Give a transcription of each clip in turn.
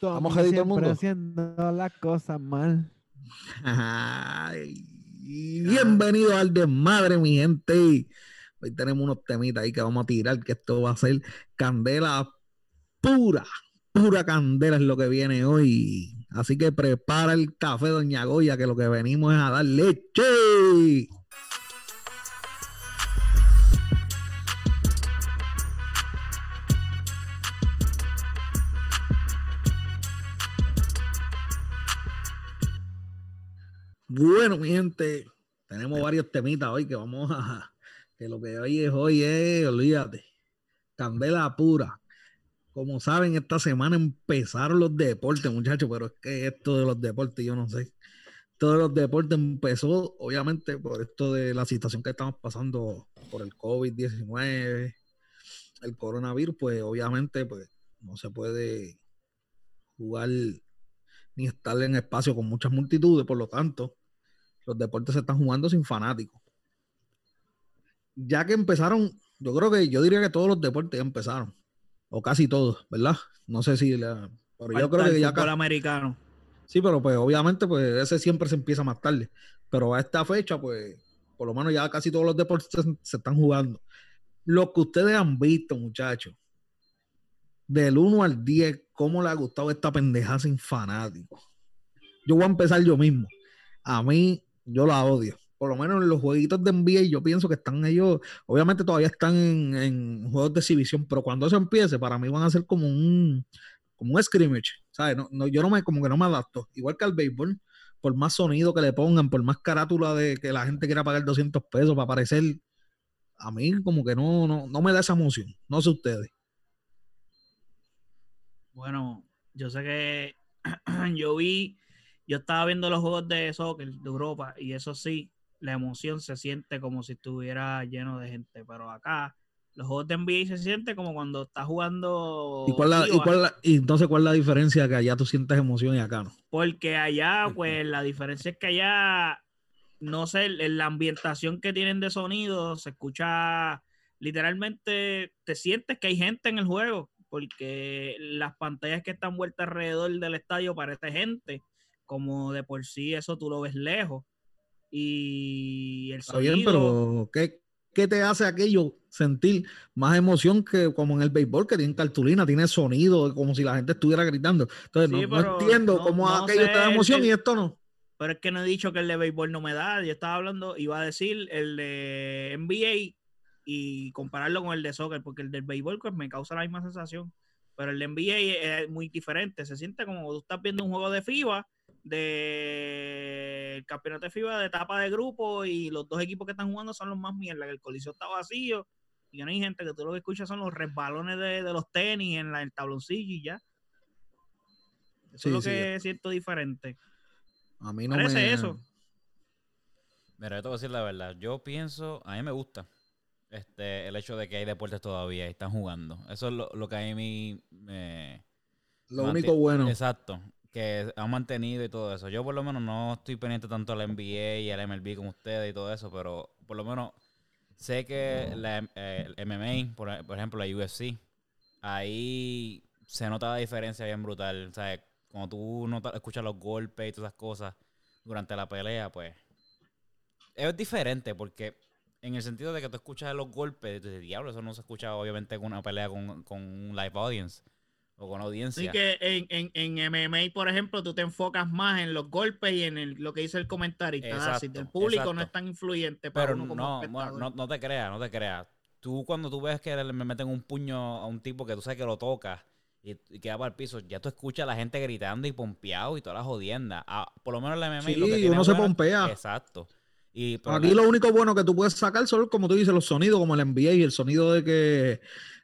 Todo Vamos jodido todo el siempre mundo. haciendo la cosa mal. Ay, y bienvenido al desmadre, mi gente. Hoy tenemos unos temitas ahí que vamos a tirar, que esto va a ser candela pura. Pura candela es lo que viene hoy. Así que prepara el café, doña Goya, que lo que venimos es a dar leche. Bueno, mi gente, tenemos varios temitas hoy que vamos a. Que lo que hoy es hoy es, olvídate, candela pura. Como saben, esta semana empezaron los deportes, muchachos, pero es que esto de los deportes, yo no sé. Esto de los deportes empezó, obviamente, por esto de la situación que estamos pasando por el COVID-19, el coronavirus, pues obviamente, pues no se puede jugar ni estar en espacio con muchas multitudes, por lo tanto, los deportes se están jugando sin fanáticos. Ya que empezaron, yo creo que yo diría que todos los deportes ya empezaron, o casi todos, ¿verdad? No sé si la, pero Pues yo Falta creo que el ya fútbol ca- americano. Sí, pero pues obviamente pues ese siempre se empieza más tarde. Pero a esta fecha, pues por lo menos ya casi todos los deportes se- se están jugando. Lo que ustedes han visto, muchachos, del 1 al 10, ¿cómo le ha gustado esta pendeja sin fanáticos? Yo voy a empezar yo mismo. A mí, yo la odio. Por lo menos en los jueguitos de NBA, yo pienso que están ellos, obviamente todavía están en, en juegos de exhibición, pero cuando eso empiece, para mí van a ser como un, como un scrimmage, ¿sabes? No, no, yo no me, como que no me adapto. Igual que al béisbol, por más sonido que le pongan, por más carátula de que la gente quiera pagar 200 pesos para aparecer, a mí como que no, no, no me da esa emoción. No sé ustedes. Bueno, yo sé que yo vi, yo estaba viendo los juegos de soccer de Europa y eso sí, la emoción se siente como si estuviera lleno de gente, pero acá los juegos de NBA se siente como cuando estás jugando ¿Y, cuál la- y FIBA, cuál la- y entonces cuál es la diferencia que allá tú sientes emoción y acá no? porque allá pues la diferencia es que allá no sé, el- la ambientación que tienen de sonido se escucha literalmente te sientes que hay gente en el juego, porque las pantallas que están vueltas alrededor del estadio parece gente, como de por sí eso tú lo ves lejos. Y el Está sonido, bien, pero ¿qué, qué te hace aquello sentir más emoción que como en el béisbol que tiene cartulina, tiene sonido, como si la gente estuviera gritando? Entonces Sí, no- no, pero entiendo no- cómo no aquello sé, te da el- emoción el- y esto no. pero es que no he dicho que el de béisbol no me da, yo estaba hablando, iba a decir el de NBA y compararlo con el de soccer, porque el del béisbol pues me causa la misma sensación, pero el de NBA es muy diferente, se siente como tú estás viendo un juego de FIBA, del campeonato de FIBA de etapa de grupo y los dos equipos que están jugando son los más mierda, que el coliseo está vacío y no hay gente que tú lo que escuchas son los resbalones de, de los tenis en la, el tabloncillo y ya. Eso Sí, es lo sí. que siento diferente. A mí no Parece me... eso. Mira, yo te voy a decir la verdad. Yo pienso, a mí me gusta este, el hecho de que hay deportes todavía y están jugando. Eso es lo, lo que a mí me... Lo manti- único bueno. Exacto. Que han mantenido y todo eso. Yo por lo menos no estoy pendiente tanto a la NBA y al MLB como ustedes y todo eso, pero por lo menos sé que la, M- eh, el MMA, por, por ejemplo, la UFC, ahí se nota la diferencia bien brutal. O sea, cuando tú notas- escuchas los golpes y todas esas cosas durante la pelea, pues es diferente porque en el sentido de que tú escuchas los golpes, tú dices, diablo, eso no se escucha obviamente en una pelea con, con un live audience o con Así audiencia. que en, en, en MMA, por ejemplo, tú te enfocas más en los golpes y en el- lo que dice el comentarista. Exacto, así, el público no exacto. es tan influyente para Pero uno no, como bueno, espectador. no, no te creas, no te creas. Tú cuando tú ves que le- me meten un puño a un tipo que tú sabes que lo tocas y, y queda para el piso, ya tú escuchas a la gente gritando y pompeado y toda la jodienda. Ah, por lo menos la MMA lo que Sí, tiene uno se bueno- pompea. Exacto. Y, pero Aquí la- lo único bueno que tú puedes sacar son, como tú dices, los sonidos, como el NBA y el sonido de que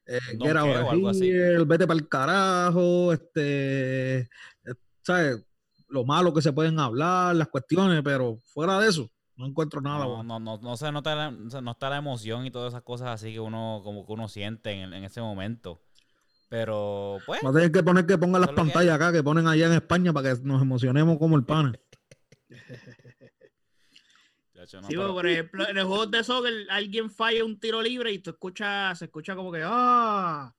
eh, Donkeo get out of o algo así. here, vete para el carajo, este, eh, ¿sabes? Lo malo que se pueden hablar, las cuestiones, pero fuera de eso, no encuentro nada no, bueno. no, no, no se nota la, o sea, no está la emoción y todas esas cosas así que uno como que uno siente en, en ese momento. Pero pues, Va a tener que poner que pongan las Eso es lo que pantallas acá, que ponen allá en España para que nos emocionemos como el pana. chacho, no, Sí, pero- pero, por ejemplo, en el juego de soccer alguien falla un tiro libre y tú escuchas, se escucha como que ¡ah!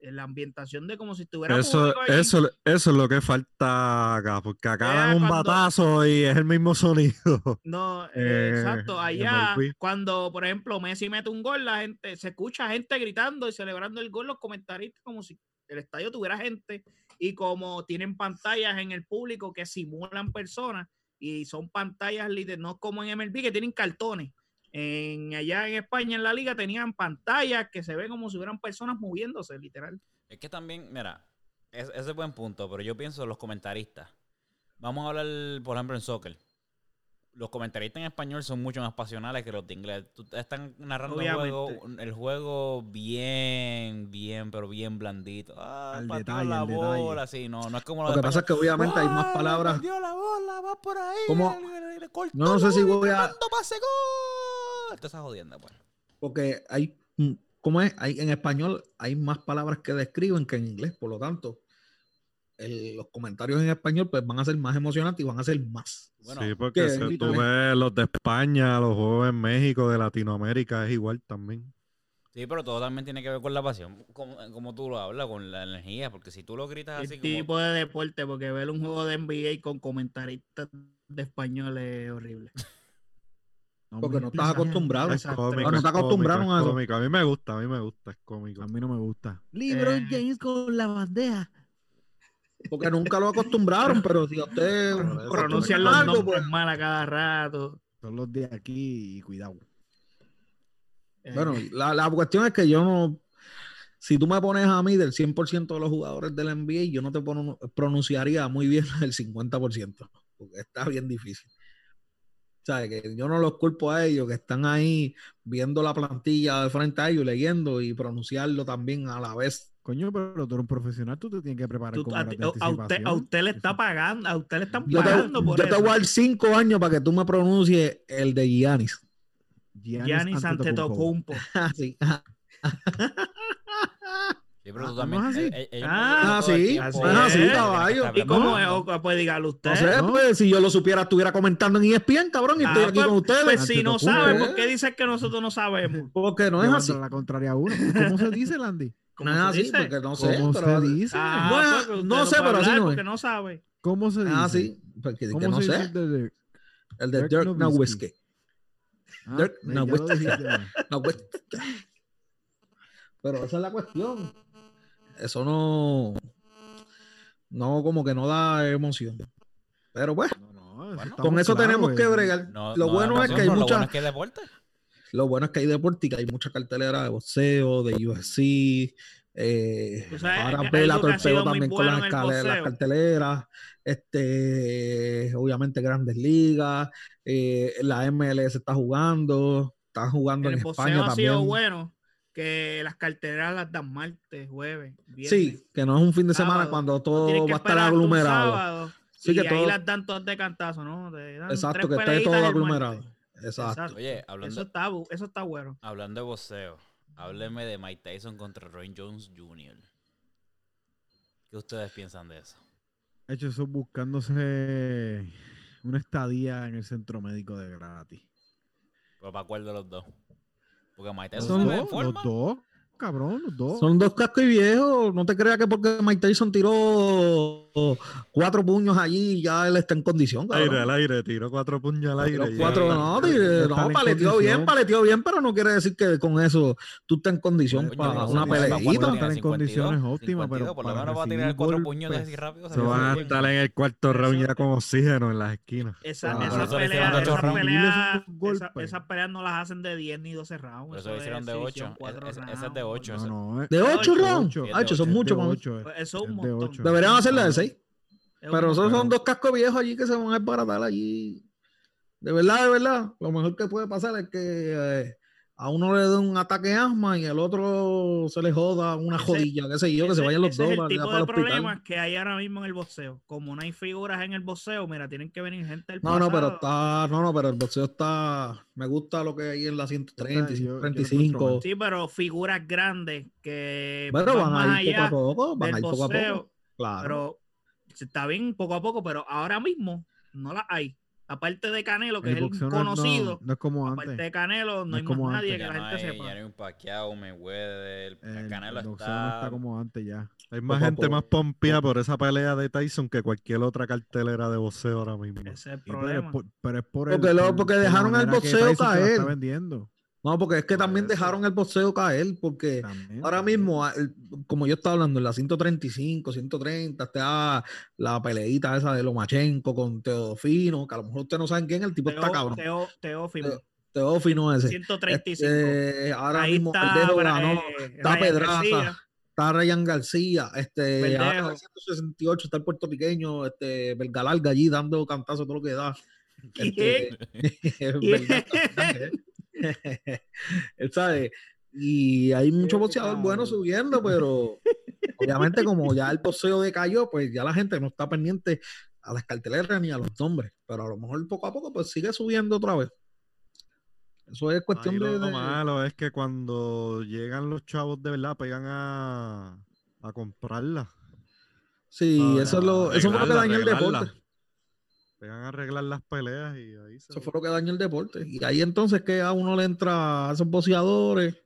la ambientación de como si estuviera Eso, público allí. eso, eso es lo que falta acá, porque acá Era dan un cuando- batazo y es el mismo sonido. No, eh, Eh, exacto. en Allá, Malcuy. cuando, por ejemplo, Messi mete un gol, la gente, se escucha gente gritando y celebrando el gol, los comentaristas, como si el estadio tuviera gente, y como tienen pantallas en el público que simulan personas, y son pantallas, liter- no como en MLB, que tienen cartones. En, allá en España, en la liga, tenían pantallas que se ven como si hubieran personas moviéndose, literal. Es que también, mira, es- ese es buen punto, pero yo pienso en los comentaristas. Vamos a hablar, por ejemplo, en soccer. Los comentaristas en español son mucho más pasionales que los de inglés. Tú- están narrando el juego, el juego bien, bien, pero bien blandito. Ah, Al pateó detalle, la al detalle. bola, sí, no, no es como Ah, Lo que pasa es que obviamente hay más palabras. la bola, va por ahí. ¿Cómo? el- el- el- cortó No, no sé la si bola y voy a- Fernando pase gol. Te estás jodiendo, pues. Porque hay, mm, ¿cómo es? Hay, en español hay más palabras que describen que en inglés, por lo tanto, el- los comentarios en español pues, van a ser más emocionantes y van a ser más. Bueno, sí, porque que se- tú literalmente- ves los de España, los juegos en México, de Latinoamérica, es igual también. Sí, pero todo también tiene que ver con la pasión, como, como tú lo hablas, con la energía, porque si tú lo gritas El así como... tipo de deporte, porque ver un juego de NBA con comentaristas de español es horrible. Porque me no estás gusta. acostumbrado. Es Exacto. cómico, Ah, no es te acostumbraron cómico, a es eso. cómico. A mí me gusta, a mí me gusta, es cómico. A mí no me gusta. LeBron Eh. James con la bandeja. Porque nunca lo acostumbraron, pero si a usted Pero acostumbran Pronuncian los algo, nombres pues, mal a cada rato. Son los de aquí y cuidado. Eh, Bueno, la, la cuestión es que yo no. Si tú me pones a mí del 100% de los jugadores del NBA, yo no te pronun- pronunciaría muy bien el 50%, porque está bien difícil. ¿Sabes? Que yo no los culpo a ellos, que están ahí viendo la plantilla de frente a ellos, leyendo y pronunciarlo también a la vez. Coño, pero tú eres un profesional, tú te tienes que preparar tú- con a, horas ti- de a- a usted, a anticipación. usted le está Eso- pagando, a usted le están Yo te, pagando por yo te eso. voy a dar cinco años para que tú me pronuncies el de Giannis. Giannis Giannis Antetokounmpo. Antetokounmpo. Así. ¿Eh? Sí, pero Ah, tú ¿no también... es así? eh, eh, ellos Ah, no todo el sí, tiempo ah, de- sí, de- de- caballo. de- de- ¿Y cómo es? hablando. O- puede dígalo usted? No sé, ¿no? pues, si yo lo supiera, estuviera comentando en E ESPN, cabrón, y Ah, estoy aquí pues, con ustedes. pues si no sabe, Antetokounmpo. ¿por qué dices que nosotros no sabemos? Porque no es Llevándole así. la contraria a uno. ¿Cómo se dice, Landy? ¿Cómo no es se así, dice? porque no sé. ¿Cómo pero, se dice? Ah, Bueno, pues, que usted no sé, puede pero así hablar no es. porque no sabe. ¿Cómo se dice? Ah, sí. Porque que ¿Cómo no se dice sé. el de Dirk? El de Dirk Dirk Nowitzki. Nowitzki. Ah, Dirk ya lo Nowitzki. dijiste, ya. Nowitzki. Pero esa es la cuestión. Eso no. No, como que no da emoción. Pero bueno, No, no, eso está con muy eso claro, tenemos eh. que bregar. No- lo no da bueno es emoción, que hay mucha. pero Lo bueno es que es deporte. Lo bueno es que hay deporte y que hay mucha cartelera de boxeo, de UFC. Eh, Tú sabes, ahora es que Vela algo que ha sido torpedo muy también con bueno las, en el escale- las boxeo. carteleras. Este, obviamente, Grandes Ligas. eh, la MLS está jugando. Están jugando El en boxeo España ha sido también. bueno que las carteras las dan martes, jueves, viernes. Sí, que no es un fin de semana sábado. cuando Tienes todo que va a estar esperar hasta un aglomerado. sábado, Sí, y que ahí todo- las dan todas de cantazo, ¿no? Te dan Exacto, tres que esté peleitas todo el martes. aglomerado. Exacto. Exacto. Oye, hablando, Eso está, bu- eso está bueno. hablando de boxeo, hábleme de Mike Tyson contra Roy Jones Jr. ¿Qué ustedes piensan de eso? De hecho, eso es buscándose una estadía en el centro médico de gratis. Pero para cuál de los dos. Porque Mike Los Tyson dos, se ve en forma. los dos, cabrón, los dos. Son dos cascos y viejos. No te creas que porque Mike Tyson tiró cuatro puños allí ya él está en condición. cabrón. Aire al aire, tiró cuatro puños al aire. Los y- cuatro, no, tire- Está no, en paleteó condición. bien, paleteó bien, pero no quiere decir que con eso tú estás en condición Coño, para pero una son- son- peleita. son- peleita. Estar en 52, condiciones óptimas, 52, pero por lo para menos va a recibir tener cuatro puños de golpes, así rápido. Se van a estar en el cuarto Eso- round ya con oxígeno en las esquinas. Esa, Ah, esas eso le hicieron peleas, ocho esas rounds. peleas, Miles de esa- golpes. esas peleas no las hacen de 10 ni 12 rounds. Pero eso lo es- hicieron de sí, 8. hicieron cuatro Esa es de rounds, 8. No, no, eh, De ocho de rounds. ocho, Ah, hecho, son es de muchos, man. ocho, eh. pues Eso es Es un de montón. ocho. Deberían hacerla de Ah, seis. Es un Pero esos Bueno. son dos cascos viejos allí que se van a desbaratar allí. De verdad, de verdad. Lo mejor que puede pasar es que eh, a uno le dé un ataque de asma y al otro se le joda una Ese- jodilla, qué sé yo, que se Ese- vayan los ese dos Es el para ir tipo para de el hospital. problemas que hay ahora mismo en el boxeo. Como no hay figuras en el boxeo, mira, tienen que venir gente del No, no, pero pasado. está, no, no, pero el boxeo está, me gusta lo que hay en la 130, Yo- yo lo encuentro 135. mal. Sí, pero figuras grandes que Bueno, van van Eh, más a ir poco allá a poco, van a del ir poco a boxeo. poco. Claro. Pero está bien poco a poco, pero ahora mismo no las hay. aparte de Canelo, que El es el boxeo no es- no- conocido, no es como aparte antes. de Canelo, no, No hay es más como nadie antes. que Ya la no gente hay, sepa. ya no hay un Pacquiao, Mayweather, el, El, Canelo el boxeo está... no está como antes ya. Pues Hay más Poco a gente poco. más pompeada por esa pelea de Tyson que cualquier otra cartelera de boxeo ahora mismo. Ese es el Sí, pero, es problema. por, pero es por Porque lo- porque la dejaron al manera que boxeo Tyson se la caer. Está vendiendo. No, porque es que Por también eso. dejaron el boxeo caer, porque también. ahora mismo, ah, a- el- como yo estaba hablando, en la 135, 130, está la peleita esa de Lomachenko con Teodofino, que a lo mejor ustedes no saben quién, el tipo está Teo- cabrón. Teo- Teófimo, Eh, Teo- Teófino ese. 135. Este, ahora Ahí mismo está, Verdejo Bra- ganó, eh, está Ryan Pedraza, García. está Ryan García, este, ahora Verdejo. está el 168, está el puertorriqueño, este, Belgalarga allí dando cantazo todo lo que da. Este, Belga- Él sabe. Y hay mucho boxeador bueno subiendo, pero obviamente como ya el boxeo decayó, pues ya la gente no está pendiente a las carteleras ni a los nombres. Pero a lo mejor poco a poco pues sigue subiendo otra vez. Eso es cuestión Ahí lo, de... lo de- malo es que cuando llegan los chavos de verdad, pegan a, a comprarla. Sí, a eso, es lo, eso fue lo que arreglarla, dañó el arreglarla. deporte. Pegan a arreglar las peleas y ahí se... Eso fue lo que dañó el deporte. Y ahí entonces que a uno le entra a esos boxeadores,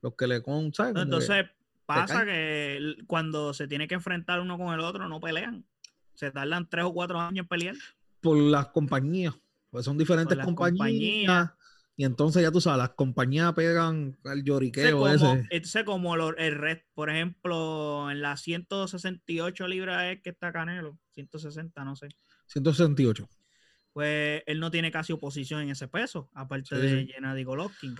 los que le con... Eh, ¿sabes? Como No, que- Entonces pasa caen. que el- cuando se tiene que enfrentar uno con el otro, no pelean. Se tardan tres o cuatro años en pelear. por las compañías, pues son diferentes las compañías, compañías. Y entonces ya tú sabes, las compañías pegan el Entonces, lloriqueo como, ese. entonces, como lo- el red, por ejemplo, en la 168 libras es que está Canelo, 160, no sé. 168. Pues él no tiene casi oposición en ese peso, aparte Sí, de sí. Gennady Golovkin.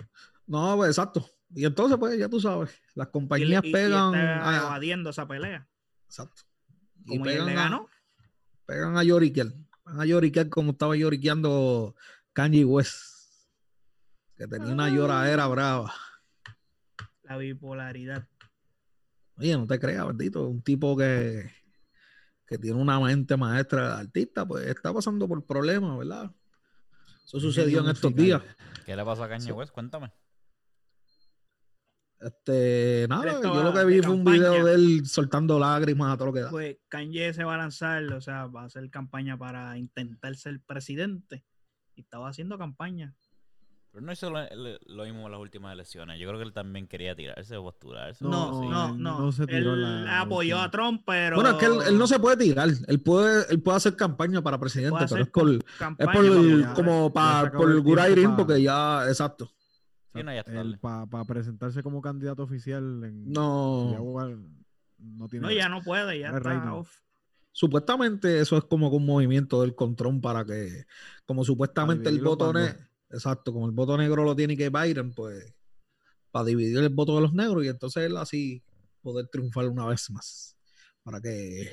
No, pues exacto. Y entonces, pues ya tú sabes, las Y, le- compañías y- y Pues pegan. está a- evadiendo esa pelea. exacto. Y Como él pegan le a, ganó. pegan a lloriquear. Van a lloriquear como estaba lloriqueando Kanye West. Que tenía Ah. una lloradera brava. La bipolaridad. Oye, no te creas, bendito. Un tipo que, que tiene una mente maestra de artista, pues está pasando por problemas, ¿verdad? Eso sucedió en estos musical. días. ¿Qué le pasó a Kanye Sí. West? Cuéntame. Este, Él nada, estaba yo lo que de vi fue un video campaña. de él soltando lágrimas a todo lo que da. Pues Kanye se va a lanzar, o sea, va a hacer campaña para intentar ser presidente. Y estaba haciendo campaña. Pero no hizo lo, lo- lo mismo en las últimas elecciones. Yo creo que él también quería tirarse o postularse. No, No, sí. no, él no. no se tiró él la apoyó última. a Trump, pero. Bueno, es que él, él no se puede tirar. Él puede, él puede hacer campaña para presidente, puede pero hacer es por, es por campaña para el- apoyar. como se para acabó por el el Gura tiempo Irín, pa- porque ya, exacto. Sí, no, ya está tarde. Para presentarse como candidato oficial en ya No, jugar, no tiene. No, ya no puede, ya Ahora es está rating. off. supuestamente eso es como que un movimiento del control para que, como supuestamente el dividirlo voto pa' negro, exacto, como el voto negro lo tiene que Biden, pues, para dividir el voto de los negros y entonces él así poder triunfar una vez más, para que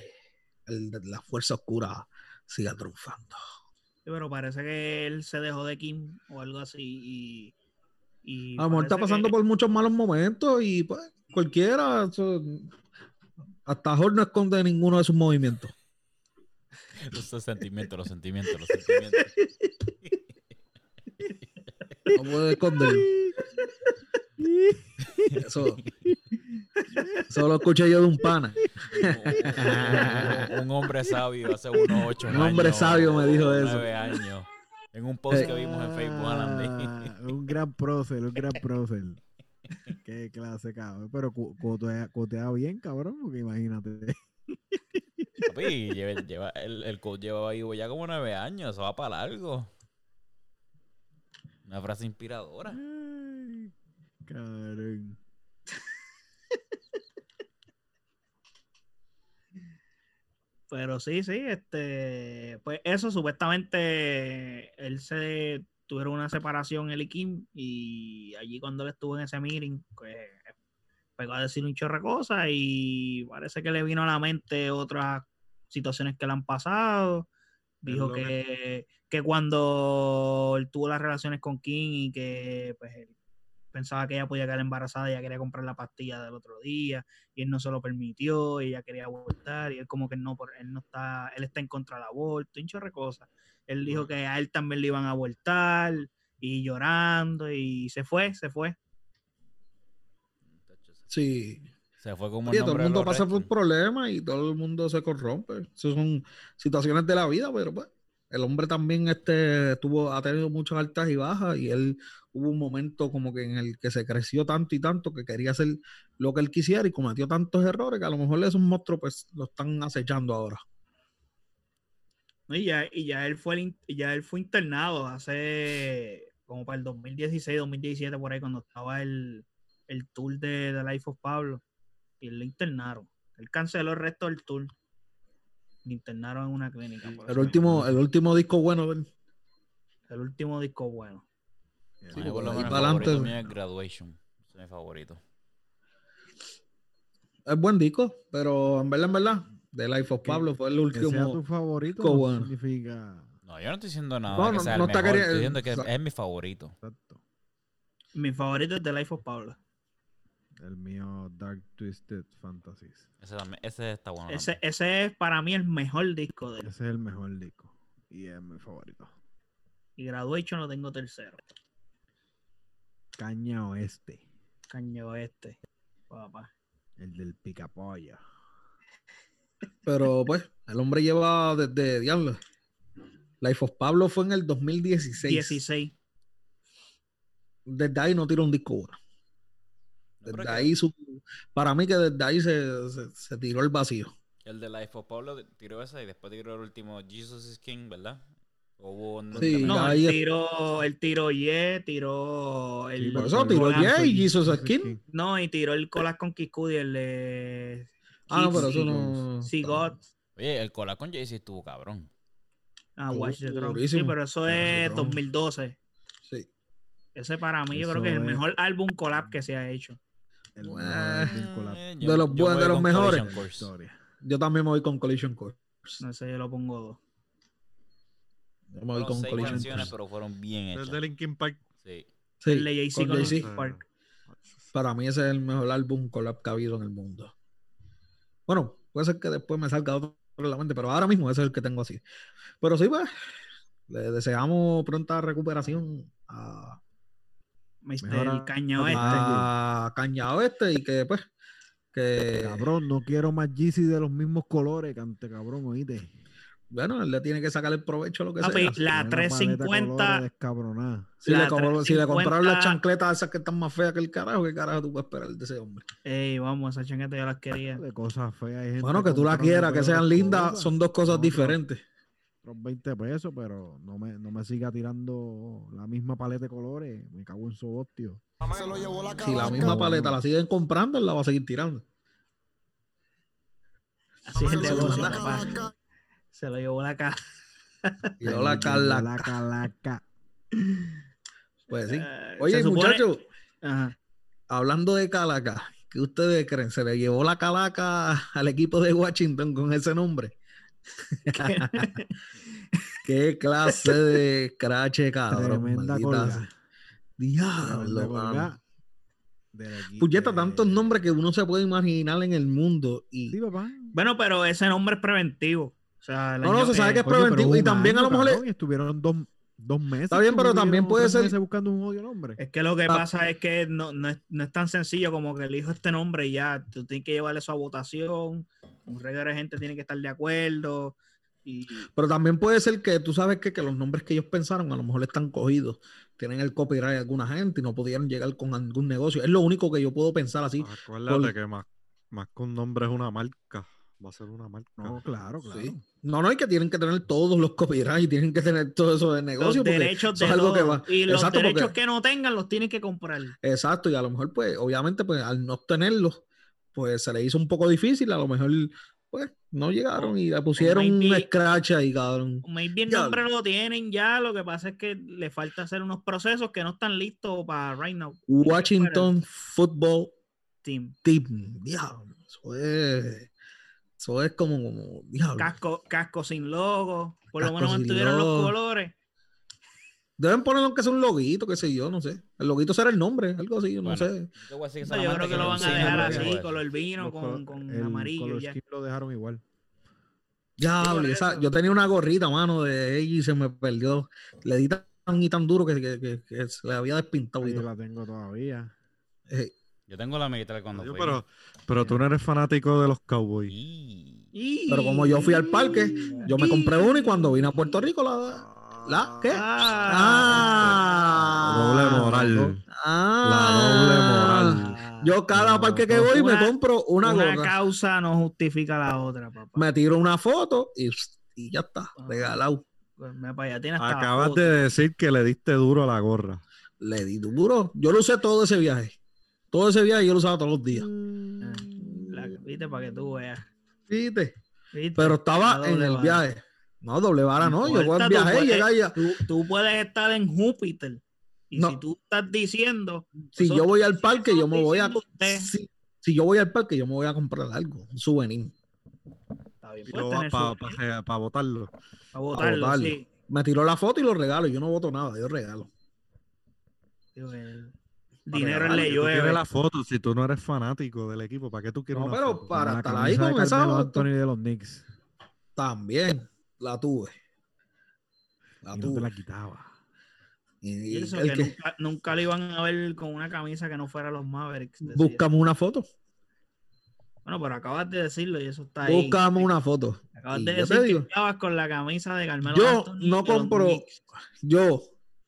el- la fuerza oscura siga triunfando. Sí, pero parece que él se dejó de Kim o algo así y. y A lo mejor Ah, está parece pasando que- por muchos malos momentos y pues cualquiera, eso- hasta Jorge no esconde ninguno de sus movimientos. Los sentimientos, los sentimientos, los sentimientos. No puede esconder. Eso, eso lo escuché yo de un pana. Un- un, un hombre sabio hace unos ocho Un años. hombre sabio me dijo eso. nueve años. En un post que vimos en Facebook, Alan. Ah, un gran prócer, un gran prócer. Qué clase, cabrón. Pero cu- cotea, cotea bien, cabrón, porque imagínate. Papi, lleva, lleva- el, el coach llevaba vivo ya como nueve años, eso va para largo. Una frase inspiradora. Ay, Cabrón. Pero sí, sí, este. Pues eso, supuestamente él se. Tuvieron una separación él y Kim y allí cuando él estuvo en ese meeting, pues pegó a decir un chorro de cosas y parece que le vino a la mente otras situaciones que le han pasado. Es Dijo lo que, que- que cuando él tuvo las relaciones con Kim y que pues él pensaba que ella podía quedar embarazada, ella quería comprar la pastilla del otro día y él no se lo permitió, y ella quería abortar y él como que no, por- él no está, él está en contra del aborto, un chorro de cosas. Él dijo que a él también le iban a abortar y llorando y se fue, se fue. Sí. Se fue como Oye, el todo el nombre de mundo los pasa por Redskins. problemas y todo el mundo se corrompe. Esas son situaciones de la vida, pero pues, El hombre también este, estuvo, ha tenido muchas altas y bajas y él hubo un momento como que en el que se creció tanto y tanto que quería hacer lo que él quisiera y cometió tantos errores que a lo mejor esos monstruos pues lo están acechando ahora. Y ya, y ya él fue el in- y ya él fue internado hace como para el 2016, 2017, por ahí, cuando estaba el, el tour de The Life of Pablo. Y él lo internaron. Él canceló el resto del tour. Lo internaron en una clínica. por El eso último, el último disco bueno de él. mismo. el último disco bueno. A mí porque por lo ahí menos el para favorito adelante- mío es Graduation. Ese Es mi favorito. es buen disco, pero en verdad, en verdad, The Life of Que- Pablo fue el Que sea tu último. favorito Qué no bueno. significa... No, yo no estoy diciendo nada No, que no, sea el no está mejor. queriendo- Estoy diciendo que sa- es mi favorito. Exacto. Mi favorito es The Life of Pablo. El mío Dark Twisted Fantasies. Ese, también- ese está Ah. bueno. Ese, ese es para mí el mejor disco de él. Ese es el mejor disco. Y es mi favorito. Y Graduation lo tengo tercero. Caña Oeste. Caño este. Papá. El del picapolla. Pero pues, el hombre lleva desde Diablo. Life of Pablo fue en el 2016. 16. Desde ahí no tiró un disco bueno. No, pero Desde que- ahí su, para mí que desde ahí se, se- se tiró el vacío. El de Life of Pablo tiró ese y después tiró el último Jesus is King, ¿verdad? O hubo un- Sí, también- No, ahí él es- tiró, él tiró Ye, tiró el. Sí, Por pero eso por tiró Colas- Jay, Jesus Entonces, Skin. ¿quién? No, y tiró el Colas con Kikudi, el de. Ah, no, Kids pero eso y- no. Sí, God. Oye, el collab con Jay-Z estuvo cabrón. Ah, Watch the Uh, Throne. Sí, durísimo. pero eso Watch the es Throne. 2012. Sí. Ese para mí, yo creo que es el Eso es- mejor álbum collab que se ha hecho. El Bueno. mejor del collab. Eh, Ah, De los buenos- voy de los con mejores. Collision Course. Historia. Yo también me voy con Collision Course. No sé, yo lo pongo dos. Yo me voy Fueron con seis Collision canciones, Course. pero fueron bien El hechas. de Linkin Park. Sí. Sí, el de Jay-Z con con Jay-Z. Linkin Park. Para mí ese es el mejor álbum collab que ha habido en el mundo. Bueno, puede ser que después me salga otro en la mente, pero ahora mismo ese es el que tengo así. Pero sí, pues, le deseamos pronta recuperación a, Mr. Mejor Caña álbum. Oeste. a Caña Oeste Ah, y que pues, que Cabrón, no quiero más Yeezy de los mismos colores, cante cabrón, oíste. bueno, él le tiene que sacar el provecho a lo que Papi, sea. la Tiene paleta 350. colores descabronada. Si, la le, compró- si le 350 compraron las chancletas esas que están más feas que el carajo, ¿qué carajo tú puedes esperar de ese hombre? Ey, vamos, esa chanqueta yo las quería. De cosas feas. hay gente Bueno, que tú las comprando quieras, que peores sean lindas, cosas. son dos cosas Otro- diferentes. otros 20 pesos, pero no me, no me siga tirando la misma paleta de colores. Me cago en su voz, tío. Si la misma cabrón. paleta la siguen comprando, él la va a seguir tirando. Así es el Se lo negocio, llevó la papá. Se lo llevó la cara. Tiró la Pero yo Carla. La calaca. Pues sí. Eh, Oye, se supone- muchachos, Ajá. hablando de Calaca, ¿qué ustedes creen? ¿Se le llevó la Calaca al equipo de Washington con ese nombre? ¿Qué clase de crache, cabrón? Tremenda maldita sea. colga. Tremenda Diablo, mano. colga. del equipo Puñeta, de- tantos nombres que uno se puede imaginar en el mundo. Y... Sí, papá. Bueno, pero ese nombre es preventivo. O sea, el No, no, año se sabe que es Coño, pero preventivo. Y un también a año, lo mejor le- cabrón, y estuvieron dos, dos meses. Está bien, como pero estuvieron también puede tres ser- Eh, meses buscando un odio nombre. Es que lo que Pa- pasa es que no, no es, no es tan sencillo como que elijo este nombre y ya. Tú tienes que llevarle eso a votación. Un regalo de gente tiene que estar de acuerdo. Y Pero también puede ser que tú sabes que, que los nombres que ellos pensaron a lo mejor están cogidos, tienen el copyright de alguna gente y no pudieron llegar con algún negocio. Es lo único que yo puedo pensar así. Ah, Acuérdate Col- que más, más que un nombre es una marca. Va a ser una marca. No, claro, claro. Sí. No, no, y que tienen que tener todos los copyrights y tienen que tener todo eso de los negocio. porque- derechos eso de es algo que los- va- Y los Exacto, porque- derechos que no tengan los tienen que comprar. Exacto, y a lo mejor, pues, obviamente, pues, al no obtenerlos, pues se le hizo un poco difícil, a lo mejor, pues, no llegaron y le pusieron un maybe- scratch ahí, cabrón. Maybe el Ya. nombre lo tienen ya. Lo que pasa es que le falta hacer unos procesos que no están listos para right now. Washington Football Team. Team, diablo, eso es, eso es como, como diablo. Casco, casco sin logo. Por lo Casco menos sin mantuvieron los logo. colores. Deben poner aunque sea un loguito, qué sé yo, no sé. El loguito será el nombre, algo así, yo no Bueno. sé. Yo voy a decir No, yo creo solamente que lo van a John Cena dejar lo así, llevó. color vino, Los con, col- con el amarillo color ya. scheme lo dejaron igual. Diablo, por y esa- eso. yo tenía una gorrita, mano, de ella y se me perdió. Le di tan y tan duro que, que- que- que se le había despintado. Ahí y Yo todo. la tengo todavía. Eh, Yo tengo la militar cuando Yo, fui. pero, pero tú no eres fanático de los Cowboys. Y- Pero como yo fui al parque, yo me compré uno y cuando vine a Puerto Rico la... Ah, ¿La qué? Doble Ah, moral. Ah. La doble moral. Yo cada No, parque que voy una- me compro una, Una, gorra. causa no justifica la otra, papá. Me tiro una foto y, y ya está, Ah. regalado. Pues, mira pa' allá, tiene hasta la Ah, Acabas foto. de decir que le diste duro a la gorra. Le di duro. Yo lo usé todo ese viaje. Todo ese viaje yo lo usaba todos los días. Mm. Eh, La- viste para que tú veas. Viste. ¿Viste? Pero estaba Una en doble el vara. viaje. No, doble vara no. Yo Importa, tú viajé y puedes- llegué allá. tú, tú puedes estar en Júpiter. Y No. si tú estás diciendo, Si eso- yo voy al parque, eso yo me voy a. diciendo usted. Si, si yo voy al parque, yo me voy a comprar algo, un souvenir. está bien, Y puedes lo va tener para su- votarlo. pa' botarlo, botarlo. sí. Me tiró la foto y lo regalo. Yo no voto nada, yo regalo. Digo, el dinero regalar, en le Tú tienes llueve. la foto si tú no eres fanático del equipo. ¿Para qué tú quieres No, una pero foto? para la estar ahí camisa de con esa Carmelo foto. Anthony de los Knicks. También la tuve. La y no te tuve. la quitaba. Y- y Y eso el que que- nunca, nunca le iban a ver con una camisa que no fuera los Mavericks. decía. Buscamos una foto. Bueno, pero acabas de decirlo y eso está ahí. Buscamos una foto. Acabas y de yo te decir que digo- estabas con la camisa de Carmelo Yo Anthony no de los compro. Knicks. Yo,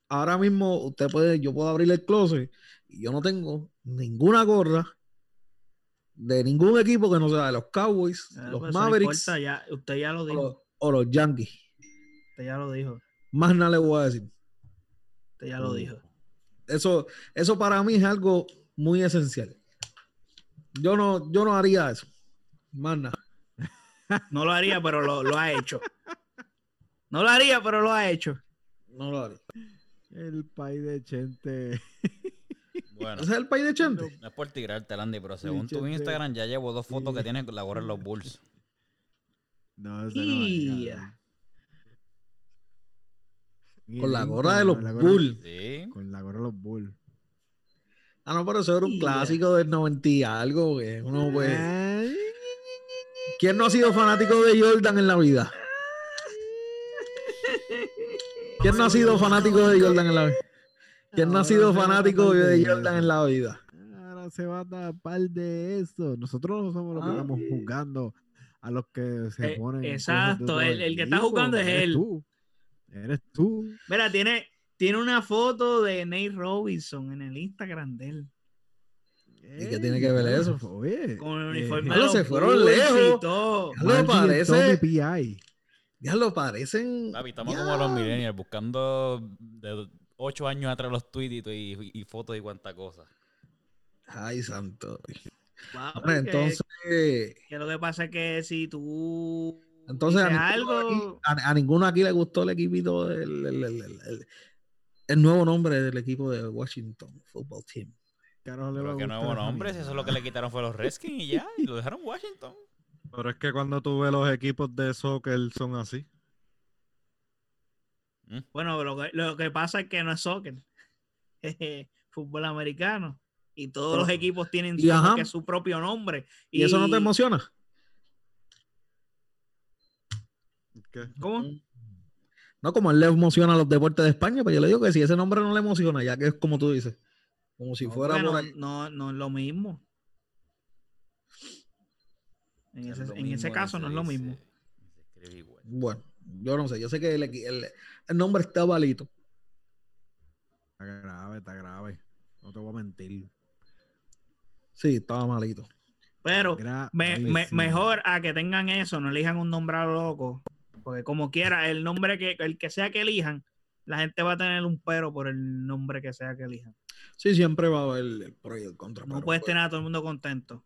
ahora mismo, usted puede, yo puedo abrir el closet y yo no tengo ninguna gorra de ningún equipo que no sea de los Cowboys, Ah, los pues, eso no Mavericks importa, ya- usted ya lo o dijo. los, o los Yankees. Usted ya lo dijo. Más nada le voy a decir. Usted ya lo dijo. Eso, eso para mí es algo muy esencial. Yo no, yo no haría eso. Más nada. No lo haría, pero lo, lo ha hecho. No lo haría, pero lo ha hecho. No lo haría. El país de Chente. Bueno, Ese es el país de Chente. no es por tirarte, Landy, pero según tu Bichete. Instagram ya llevo dos fotos que Sí. tienes con la gorra en los Bulls. No, ese no es, Ya. cabrón. Con la Guirín, gorra de con los la gorra- Bulls. Sí. Con la gorra de los Bulls. Ah, no, pero eso era un Ya. clásico del 90 y algo. que uno, pues, Ay, ¿Quién no ha sido fanático de Jordan en la vida? ¿Quién no ha sido fanático de Jordan en la vida? ¿Quién no ha sido ahora se va a fanático tratar de de Jordan en eso. la vida? Ahora se va a tapar de eso. Nosotros no somos los que Ah. estamos jugando a los que se Eh, ponen. cosas de exacto, otro el- el que está equipo. jugando es Eres él. tú. Eres tú. Mira, tiene, tiene una foto de Nate Robinson en el Instagram de él. Ey, tiene que ver ya, eso? Oye. Con el uniforme. eh, de Carlos, los se fueron Bulls y lejos. todo. Ya lo Margie parece. Tommy P.I. Ya lo parecen. Papi, estamos como los millennials buscando de ocho años atrás los tweets y, y- y fotos y cuánta cosa. Ay, santo. Papi, Bueno, que- entonces, que lo que pasa es que si tú entonces a, dices ninguno algo, aquí, a- a ninguno aquí le gustó el equipito, del- el, el- el- el- el nuevo nombre del equipo de Washington Football Team. Carajo, le va Pero a que gustar nuevo esa nombre, si eso es lo que le quitaron fue los Redskins y ya, y lo dejaron en Washington. Pero es que cuando tú ves los equipos de soccer son así. bueno, lo que, lo que pasa es que no es soccer, es fútbol americano. Y todos los equipos tienen Y su, ajá. como que su propio nombre. ¿Y eso no te emociona? ¿Qué? ¿Cómo? No, como él le emociona a los deportes de España, pero yo le digo que si ese nombre no le emociona, ya que es como tú dices, como si No, fuera porque por no, ahí. no, no es lo mismo. En No es ese, lo en ese mismo, caso se no es lo dice, mismo. se escribe igual. Bueno, yo no sé, yo sé que el, equi- el- el nombre está valito. Está grave, está grave. No te voy a mentir. Sí, estaba malito. Pero me- me- Gravísimo. mejor a que tengan eso, no elijan un nombre a lo loco. Porque como quiera, el nombre que, el que sea que elijan, la gente va a tener un pero por el nombre que sea que elijan. Sí, siempre va a haber el pro y el contra. No pero, puedes pues, tener a todo el mundo contento.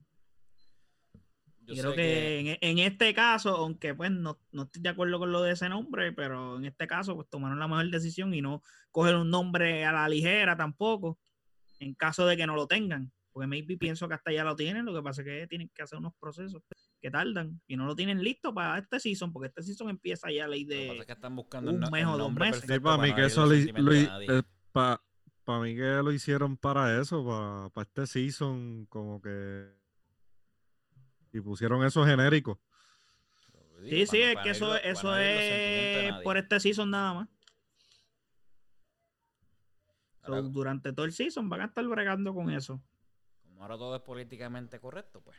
Yo Creo sé que, en, en este caso, aunque pues no, no estoy de acuerdo con lo de ese nombre, pero en este caso pues tomaron la mejor decisión y no coger un nombre a la ligera tampoco, en caso de que no lo tengan. Porque maybe pienso que hasta ya lo tienen, lo que pasa es que tienen que hacer unos procesos que tardan y no lo tienen listo para este season, porque este season empieza ya ley Lo que pasa de... es que están buscando el un no- mes el o dos nombre meses. Sí, Sí, perfecto para mí que eso no herir los lo, sentimientos de nadie. para, mí que lo hicieron para eso, para, este season, como que y pusieron eso genérico. Sí, sí, para- eh, es para que herir eso, los- eso para herir los sentimientos de es nadie. por este season nada más. So, Ahora, durante todo el season van a estar bregando con eso. Como ahora todo es políticamente correcto, pues.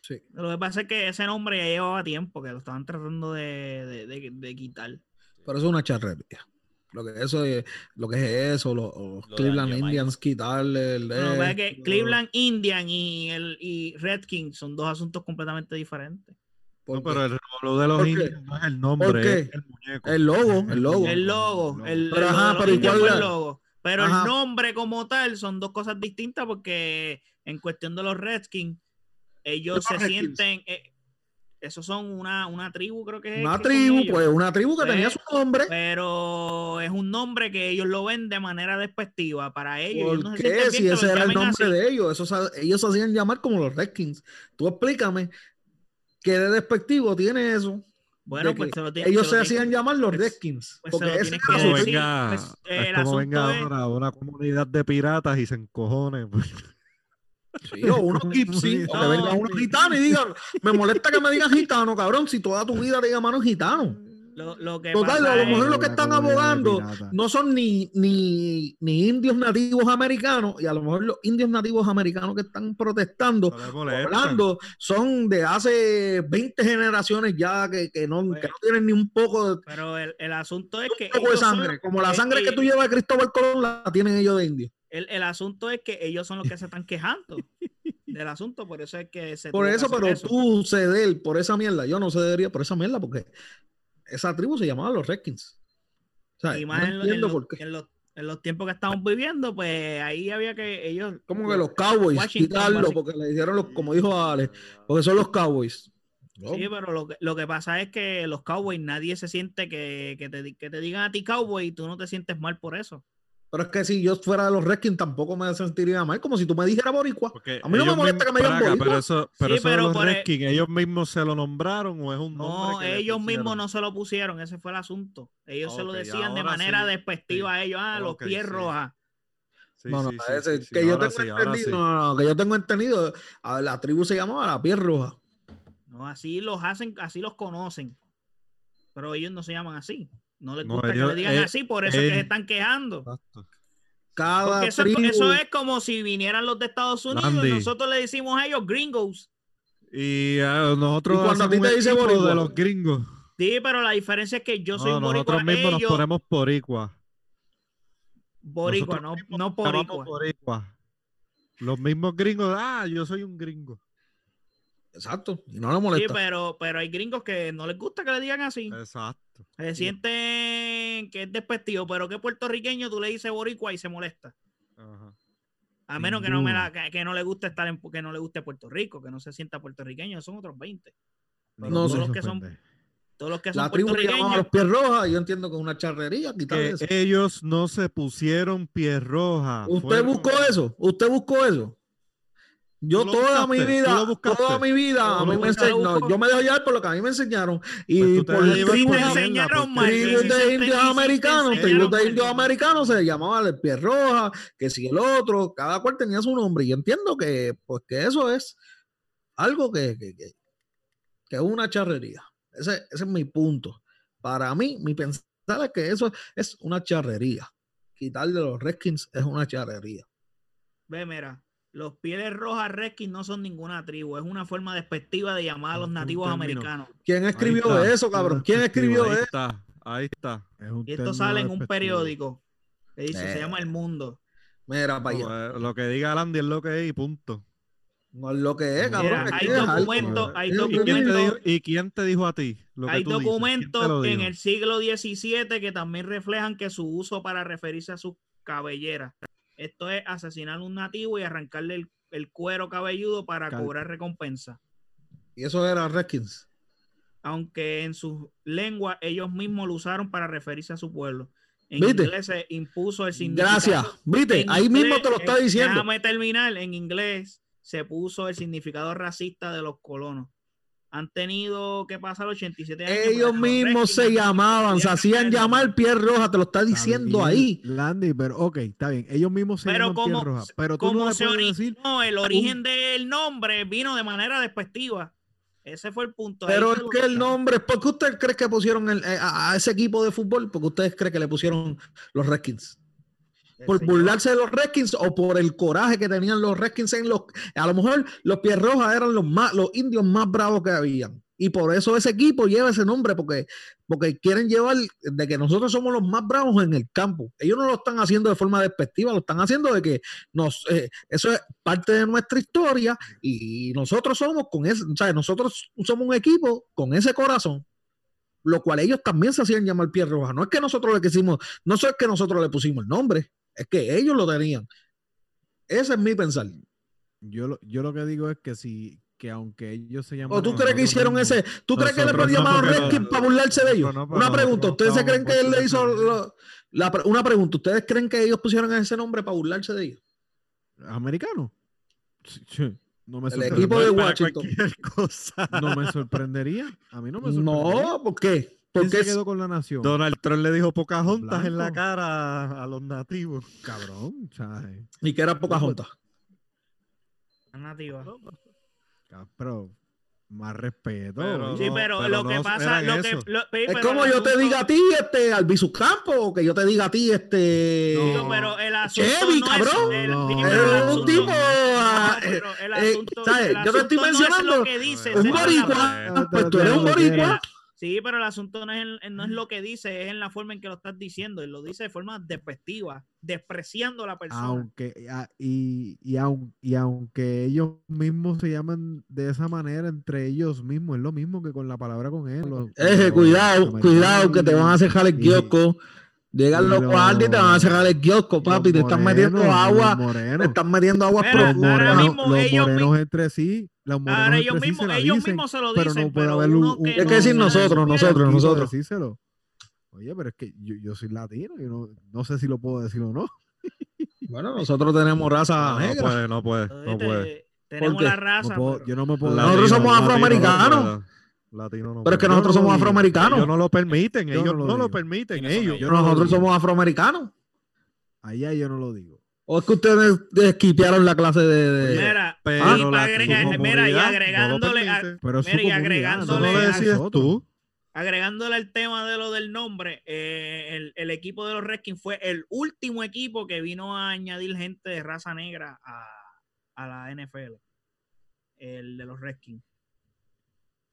Sí. Lo que pasa es que ese nombre ya llevaba tiempo, que lo estaban tratando de, de- de- de quitar. Pero eso es una charrería. Lo que, eso es, lo que es eso, los, los de Cleveland Jamaica. Indians quitarle el. Pero lo que pasa es que esto, Cleveland Indian y, el, y Redskins son dos asuntos completamente diferentes. porque No, pero el revolú de los ¿Por qué? indios no es el ¿Por nombre, qué? es el muñeco. El logo, el logo. El logo, el, Pero el ajá, logo de pero los ¿y Indians cuál fue el la- logo. Pero Ajá. el nombre como tal son dos cosas distintas porque en cuestión de los Redskins, ellos Los se Redskins. sienten... eh, esos son una, una tribu, creo que es. Una que son tribu, ellos. pues, una tribu que Pues, tenía su nombre. pero es un nombre que ellos lo ven de manera despectiva para ellos. ellos ¿Por no qué? se sienten bien Si que los ese era el llamen nombre así. de ellos, eso sa- ellos se hacían llamar como los Redskins. Tú explícame qué de despectivo tiene eso. Bueno, de pues que se lo tienen- ellos se se lo tienen- hacían llamar los pues- Redskins. pues se porque lo ese tienes Es era como que su decir. tribu. venga, pues, el es como asunto venga es- ahora una comunidad de piratas y se encojone. Sí, o unos gypsies, o que No, venga unos sí. gitanos y digan, me molesta que me digan gitano, cabrón, si toda tu vida te llamaron Ah, gitano. Lo, lo que Total, pasa a lo es- mejor Una lo que están comunidad de abogando piratas. no son ni, ni, ni indios nativos americanos, y a lo mejor los indios nativos americanos que están protestando hablando son de hace 20 generaciones ya que, que no, que no tienen ni un poco, de, Pero el, el asunto es que. un poco de ellos son sangre. los- Como la eh, sangre que eh, tú llevas a Cristóbal Colón la tienen ellos de indio. El, el asunto es que ellos son los que se están quejando del asunto, por eso es que se. Por tuvo que eso, hacer pero tú ceder por esa mierda, yo no cedería por esa mierda porque esa tribu se llamaba los Redskins. O sea, Y no más en, lo- en entiendo lo- por qué. en los, en los tiempos que estamos viviendo, pues ahí había que ellos. Como que los Cowboys, Washington, quitarlo básicamente. porque le hicieron los, como dijo Alex, porque son los Cowboys. No, Sí, pero lo que, lo que pasa es que los Cowboys, nadie se siente que, que te, di- que te digan a ti Cowboy y tú no te sientes mal por eso. Pero es que si yo fuera de los Redskins tampoco me sentiría mal, como si tú me dijeras boricua. Porque A mí no me ellos molesta que me digan mismos- Braga, boricua. Pero eso, pero Sí, eso de pero los por el- Redskins, ellos mismos se lo nombraron o es un nombre. No, que le ellos mismos pusieron? no se lo pusieron, ese fue el asunto. Ellos se lo Ok, decían de ahora manera sí, despectiva sí. a ellos, ah, los Ok, pies sí. rojas. Sí, no, no, sí, sí, ese- sí, sí, que yo ahora tengo sí, ahora entendido, sí. no, no, no, que yo tengo entendido, a la tribu se llamaba la piel roja. No, así los hacen, así los conocen. Pero ellos no se llaman así. No les No, gusta ellos- que le digan eh, así, por eso es que eh. se están quejando. Exacto. Ah, Cada Porque eso, es- tribu, eso es como si vinieran los de Estados Unidos Landy. y nosotros le decimos a ellos gringos. Y ah, nosotros Y cuando a ti hacemos te un dice equipo boricua. de los gringos. Sí, pero la diferencia es que yo soy No, un boricua, nosotros mismos nos ellos- ponemos poricua. boricua, no, nosotros mismos no nos llamamos boricua. boricua. Los mismos gringos, ah, yo soy un gringo. exacto, y no le Sí, pues, molesta. pero, pero hay gringos que no les gusta que le digan así. Exacto. Se sienten que es despectivo, pero que puertorriqueño tú le dices boricua y se molesta. Ajá. A Sin menos que no, me duda. la- que, que no le guste estar en que no le guste Puerto Rico, que no se sienta puertorriqueño, son otros 20. No, Pero sé. todos los que son, todos los que son la tribu se llamaba puertorriqueños, los pies rojas, yo entiendo que es una charrería, quitarle Que eh, eso. ellos no se pusieron pie roja. Usted fueron- buscó eso, usted buscó eso. Yo ¿Tú lo toda mi buscaste? ¿Tú lo vida, buscaste? toda mi vida, ¿Tú a lo mí me buscaste? enseñó, yo me dejo llevar por lo que a mí me enseñaron Pues y tú te dejas por el llevar sí tribu por te la mierda, enseñaron porque- mal, sí, tribus sí, de sí, indios sí, sí, americanos, te tribus de enseñaron indios mal. americanos eh. se llamaban el pie roja, que si el otro, cada cual tenía su nombre. Y yo entiendo que, pues, que eso es algo que, que, que- que es una charrería. Ese, ese es mi punto. Para mí, mi pensar es que eso es una charrería. Quitarle los Redskins es una charrería. Ve, mira, los pieles rojas Redskins no son ninguna tribu, es una forma despectiva de llamar a Este los Un nativos término. americanos. ¿Quién Ahí escribió está, eso, cabrón? una ¿Quién perspectiva, escribió Ahí eso? está, ahí está. Este Y esto sale en un periódico que dice, se Eh. llama El Mundo. Mira, para allá. Lo, lo que diga Landy es lo que es y punto. No es lo que es, Mira, eh. cabrón. Mira, que hay tienes algo. documentos, hay Tienes ¿Y quién, te documentos- dijo, y quién te dijo a ti? Lo que Hay tú dices? ¿Quién te lo documentos en dijo? el siglo XVII que también reflejan que su uso para referirse a sus cabelleras. Esto es asesinar a un nativo y arrancarle el, el cuero cabelludo para Cal- cobrar recompensa. Y eso era Redskins. Aunque en sus lenguas ellos mismos lo usaron para referirse a su pueblo. En ¿Viste? inglés se impuso el significado. Gracias. ¿Viste? En Ahí inglés- mismo te lo está eh, diciendo. Déjame terminar. En inglés se puso el significado racista de los colonos. Han tenido que pasar 87 años. Ellos para que los mismos se Redskins- llamaban, se Tuvieron hacían que- llamar piel roja, te lo está diciendo ahí. Landy, pero ok, está bien. Ellos mismos se Pero llaman piel como- roja, Pero tú no ¿Cómo le se puedes decir. originó? El origen del nombre vino de manera despectiva. Ese fue el punto. Ahí Pero fue es lo que el que- nombre, ¿por qué ustedes creen que pusieron el- eh, a, a ese equipo de fútbol? Porque ustedes creen que le pusieron los Redskins. por señor. burlarse de los Redskins o por el coraje que tenían los Redskins en los a lo mejor los Pierrojas eran los más los indios más bravos que habían y por eso ese equipo lleva ese nombre porque porque quieren llevar de que nosotros somos los más bravos en el campo ellos no lo están haciendo de forma despectiva lo están haciendo de que nos eh, eso es parte de nuestra historia y nosotros somos con ese o sea, nosotros somos un equipo con ese corazón lo cual ellos también se hacían llamar Pierrojas no es que nosotros le quisimos no es que nosotros le pusimos el nombre es que ellos lo tenían. Ese es mi pensar. Yo lo, yo lo que digo es que si, que aunque ellos se llaman. ¿O tú crees que hicieron ese? ¿Tú crees que le Nosotros no, llamaron porque Redskins no- para burlarse de ellos? no, pero Una pregunta, nosotros ¿ustedes se creen estábamos que él le por hizo... ciento. lo- la pre- una pregunta, ¿ustedes creen que ellos pusieron ese nombre para burlarse de ellos? ¿Americanos? No me El sorprendería. equipo de Para Washington. cualquier cosa. No me sorprendería. A mí no me sorprendería. No, ¿por qué? ¿Quién Porque se quedó con la nación? Donald Trump le dijo pocas juntas en la Blanco. cara a los nativos. Cabrón, chaje. ni que era poca junta. Nativa. Pero más respeto. Pero oye. Sí, no, pero, pero lo que no pasa, eran lo que, eso. lo- sí, Es pero como el yo te asunto- diga a ti, este, Albizu Campo, o que yo te diga a ti, este... Digo, pero el asunto Chevy, no cabrón. es el, No, sí, no, pero el Era un asunto- tipo... no, ah, eh, pero el eh, asunto- ¿sabes? el Yo te estoy asunto no es lo mencionando que dice, un se habla. boricua, pues tú eres un Pero- boricua. Sí, pero el asunto no es, en- no es lo que dice, es en la forma en que lo estás diciendo. Y lo dice de forma despectiva, despreciando a la persona. Aunque, eh, a- y, y, aun- y aunque ellos mismos se llaman de esa manera entre ellos mismos, es lo mismo que con la palabra con él. los- Eje, los Eh, cuidado, americanos cuidado, que te van a cerrar y- el kiosco. Llegan y los los- guardias y te van a cerrar el kiosco, y los papi. Te están morenos, metiendo y los agua, te morenos. están metiendo agua Mira, Los Pero ahora morenos, mismo los ellos mi- morenos entre sí, los morenos Ahora entre ellos sí mismos, se la ellos dicen, mismos se lo pero dicen, no puede pero, haber un- uno un- que Es no que decir se la nosotros, supiera- nosotros. tranquilo, decírselo. Oye, pero es que yo, yo soy latino, yo no, no sé si lo puedo decir o no. Bueno, nosotros tenemos raza No, no pues, negra. puede, no puede, no Oíste, puede. Tenemos ¿Por qué? la No raza. puedo- pero- yo no me puedo. Latino, Nosotros somos latino no afroamericanos. puede, Latino no Pero es que puede. nosotros no somos lo digo, Ellos afroamericanos. no lo permiten, Yo no ellos lo no lo digo. permiten, ¿Quiénes son ellos. ellos? no lo Nosotros digo. somos afroamericanos. Allá yo no lo digo. ¿O es que ustedes esquipearon la clase de. de- Mira, Pero y la pa' agregar- comunidad mira, y no lo agregándole, a- permite. Pero es su Mira, y comunidad, Eso agregándole no nosotros lo a- decides nosotros. tú. agregándole al tema de lo del nombre, eh, el, el equipo de los Redskins fue el último equipo que vino a añadir gente de raza negra a, a la NFL. El de los Redskins.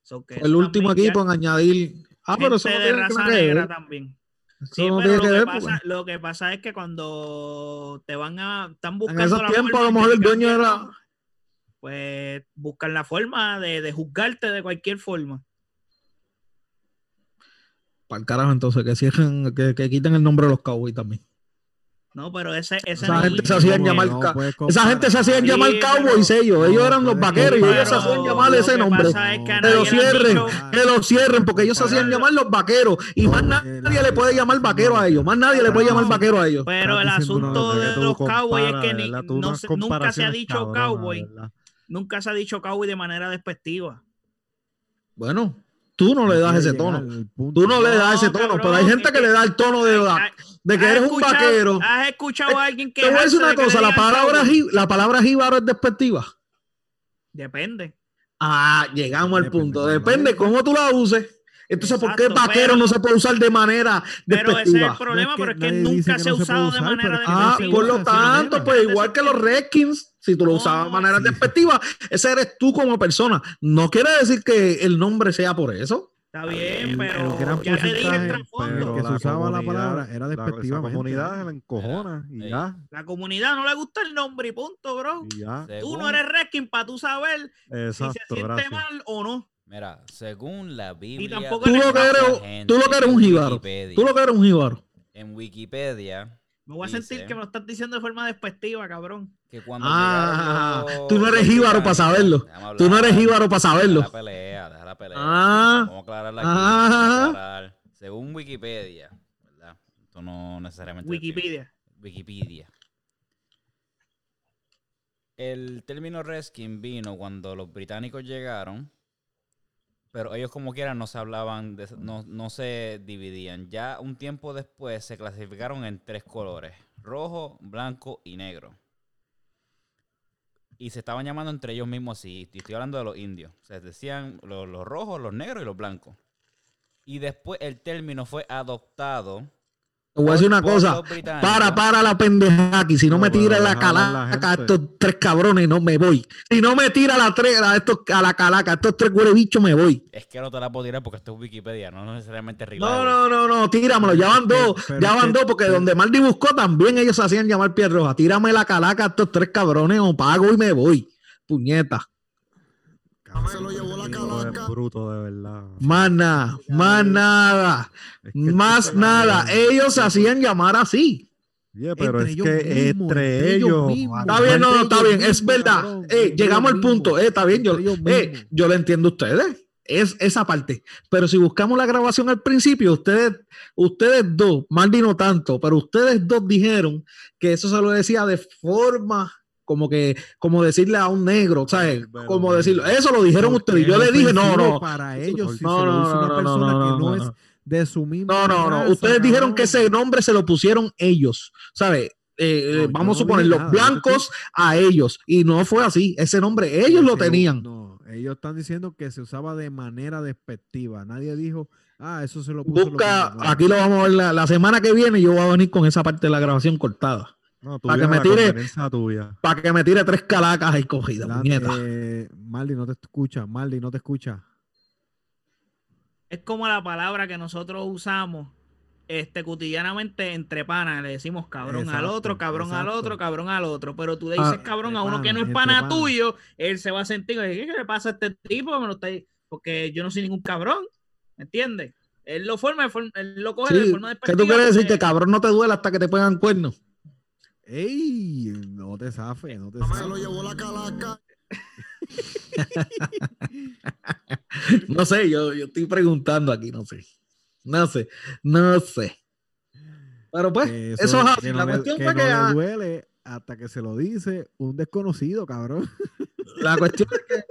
So que el eso último también ya- equipo en añadir. Ah, pero eso no gente de tiene raza nada que negra ver. también. Eso Sí, no pero tiene lo que que, ver. porque- pasa, lo que pasa es que cuando te van a. Están En buscando. esos la tiempos, a forma lo en mejor que el te dueño era. cambiaron, Pues buscan la forma de, de juzgarte de cualquier forma. Para el carajo, entonces, que cierren, que, que quiten el nombre de los cowboys también. No, pero ese. ese Esa no es gente el- se hacían No, llamar no ca- puedes Esa gente se hacían Sí, llamar cowboys Pues, pero- pues, ellos. Ellos no eran los puedes vaqueros y comparar. ellos se hacían Pero llamar lo ese que nombre. pasa es que Que lo a nadie le han cierren. dicho- Que lo cierren, porque ellos se hacían Pero- llamar los vaqueros. Y más No, eh, nadie el- le puede llamar vaquero a ellos. Más nadie le puede No. llamar vaquero a ellos. Pero el Estás diciendo una asunto verdad de que tú los cowboys es comparas, que de ni- verdad, tú no unas se- nunca se ha comparaciones dicho cabronas, de cowboy. verdad. Nunca se ha dicho cowboy de manera despectiva. Bueno, tú no le das ese tono. Tú no le das ese No, tono. cabrón, Pero hay gente es que que- le da el tono de, Ay, de que ¿has eres un escuchado- vaquero. Eh, ¿Has escuchado a alguien que.? Te voy a decir una cosa. La palabra, cowboy? jí- la palabra jíbaro es despectiva. Depende. Ah, llegamos al Depende punto. cómo la Depende cómo tú la uses. Entonces, ¿por qué Exacto, vaquero pero- no se puede usar de manera Pero ese es el despectiva? problema, pero es que nadie dice nunca que se ha no se puede usado de usar, manera pero es que Ah, Sí, por sí, lo sí, despectiva. tanto, manera. pues igual que los Redskins, si tú lo No, usabas de manera sí. despectiva, ese eres tú como persona. No quiere decir que el nombre sea por eso. Está bien, el pero gran ya te dije el porcentaje, trasfondo. pero- que se usaba la palabra era la- esa despectivamente. comunidad la encojona y Ey. ya, La comunidad no le gusta el nombre y punto, bro. y ya. Tú Según- no eres Redskin para tú saber si se Exacto, siente gracias. mal o no. Mira, según la Biblia. tampoco de eres- Tú lo que mucha eres- gente tú lo que eres en un jíbaro. Wikipedia- Tú lo que eres un jíbaro. En Wikipedia, Me voy a Dice. sentir que me lo estás diciendo de forma despectiva, cabrón. que cuando. Ah, llegaron los- tú no eres los jíbaro para británicos- saberlo. Déjame Tú no eres hablar. jíbaro para Deja saberlo. la pelea, deja la pelea. Ah. vamos a aclararla aquí. Ah. vamos a aclarar. Según Wikipedia, ¿verdad? Esto no necesariamente. es bíblico. Wikipedia. Wikipedia. El término Redskin vino cuando los británicos llegaron, pero ellos como quieran no se hablaban, de- no, no se dividían. Ya un tiempo después se clasificaron en tres colores, rojo, blanco y negro. Y se estaban llamando entre ellos mismos así, y estoy hablando de los indios. Se decían lo- los rojos, los negros y los blancos. Y después el término fue adoptado Te voy a decir una Por- cosa. por los británicos. Para, para la pendeja aquí. Si no, No, me pero tira la deja hablar la calaca a gente. estos tres cabrones, no me voy. Si no me tira la tres, a, estos, a la calaca, a estos tres huevichos, me voy. Es que no te la puedo tirar porque esto es Wikipedia, no necesariamente No, Reliable. no, no, no, tíramelo. Ya van Pero- dos. pero Ya es van que- dos, porque pero- donde Maldi buscó también ellos se hacían llamar Pierroja. Tírame la calaca a estos tres cabrones o pago y me voy. Puñeta. Se lo llevó la calaca. bruto, de verdad. Más nada, más nada, Es que más este cabrón- nada. Ellos se hacían llamar así. Oye, pero Entre es ellos que mismos, entre entre ellos ellos. mismos. Está bien, no, no, Entre está ellos bien, es mismos, verdad. cabrón, Eh, entre llegamos al ellos punto, eh, está bien, yo, entre ellos eh, mismos. yo lo entiendo a ustedes, es esa parte. Pero si buscamos la grabación al principio, ustedes, ustedes dos, Maldi no tanto, pero ustedes dos dijeron que eso se lo decía de forma como que, como decirle a un negro, ¿sabes? Pero- Como decirlo, eso lo dijeron Porque ustedes. Yo es le dije, no, ofensivo no, Para ellos, si no, se lo no, dice una no, no, persona no, que no, no, no. es de su mismo. No, no, no. Ustedes dijeron que ese nombre se lo pusieron ellos, ¿sabes? Eh, No, eh, yo vamos a no suponer dije los nada, yo te estoy- blancos a ellos y no fue así. Ese nombre ellos lo tenían. No, ellos están diciendo que se usaba de manera despectiva. Nadie dijo, ah, eso se lo puso. los Busca, gringos". No, aquí lo vamos a ver la, la semana que viene. Yo voy a venir con esa parte de la grabación cortada No, Para que tuviera me la tire- conveniencia tuya. para que me tire tres calacas ahí cogidas, la- puñeta. eh, Marley no te escucha, Marley no te escucha. Es como la palabra que nosotros usamos este, cotidianamente entre panas. Le decimos cabrón al Exacto, otro, cabrón al exacto. otro, cabrón al otro. Pero tú le Ah, dices cabrón a entre uno que panas, no es entre pana panas. tuyo, él se va a sentir, "Oye, ¿qué le pasa a este tipo? Me lo está... Porque yo no soy ningún cabrón, ¿me entiendes? Él lo forma, de forma- él lo coge de Sí, forma ¿Qué tú despectiva quieres decir? Que porque- cabrón no te duela hasta que te pongan cuernos. ¡Ey! No te zafes, no te zafes. No sé, yo, yo estoy preguntando aquí, no sé. No sé, no sé. Pero pues, Que eso, es así. que no La le- cuestión que fue no que le ah, duele hasta que se lo dice un desconocido, cabrón. La cuestión es que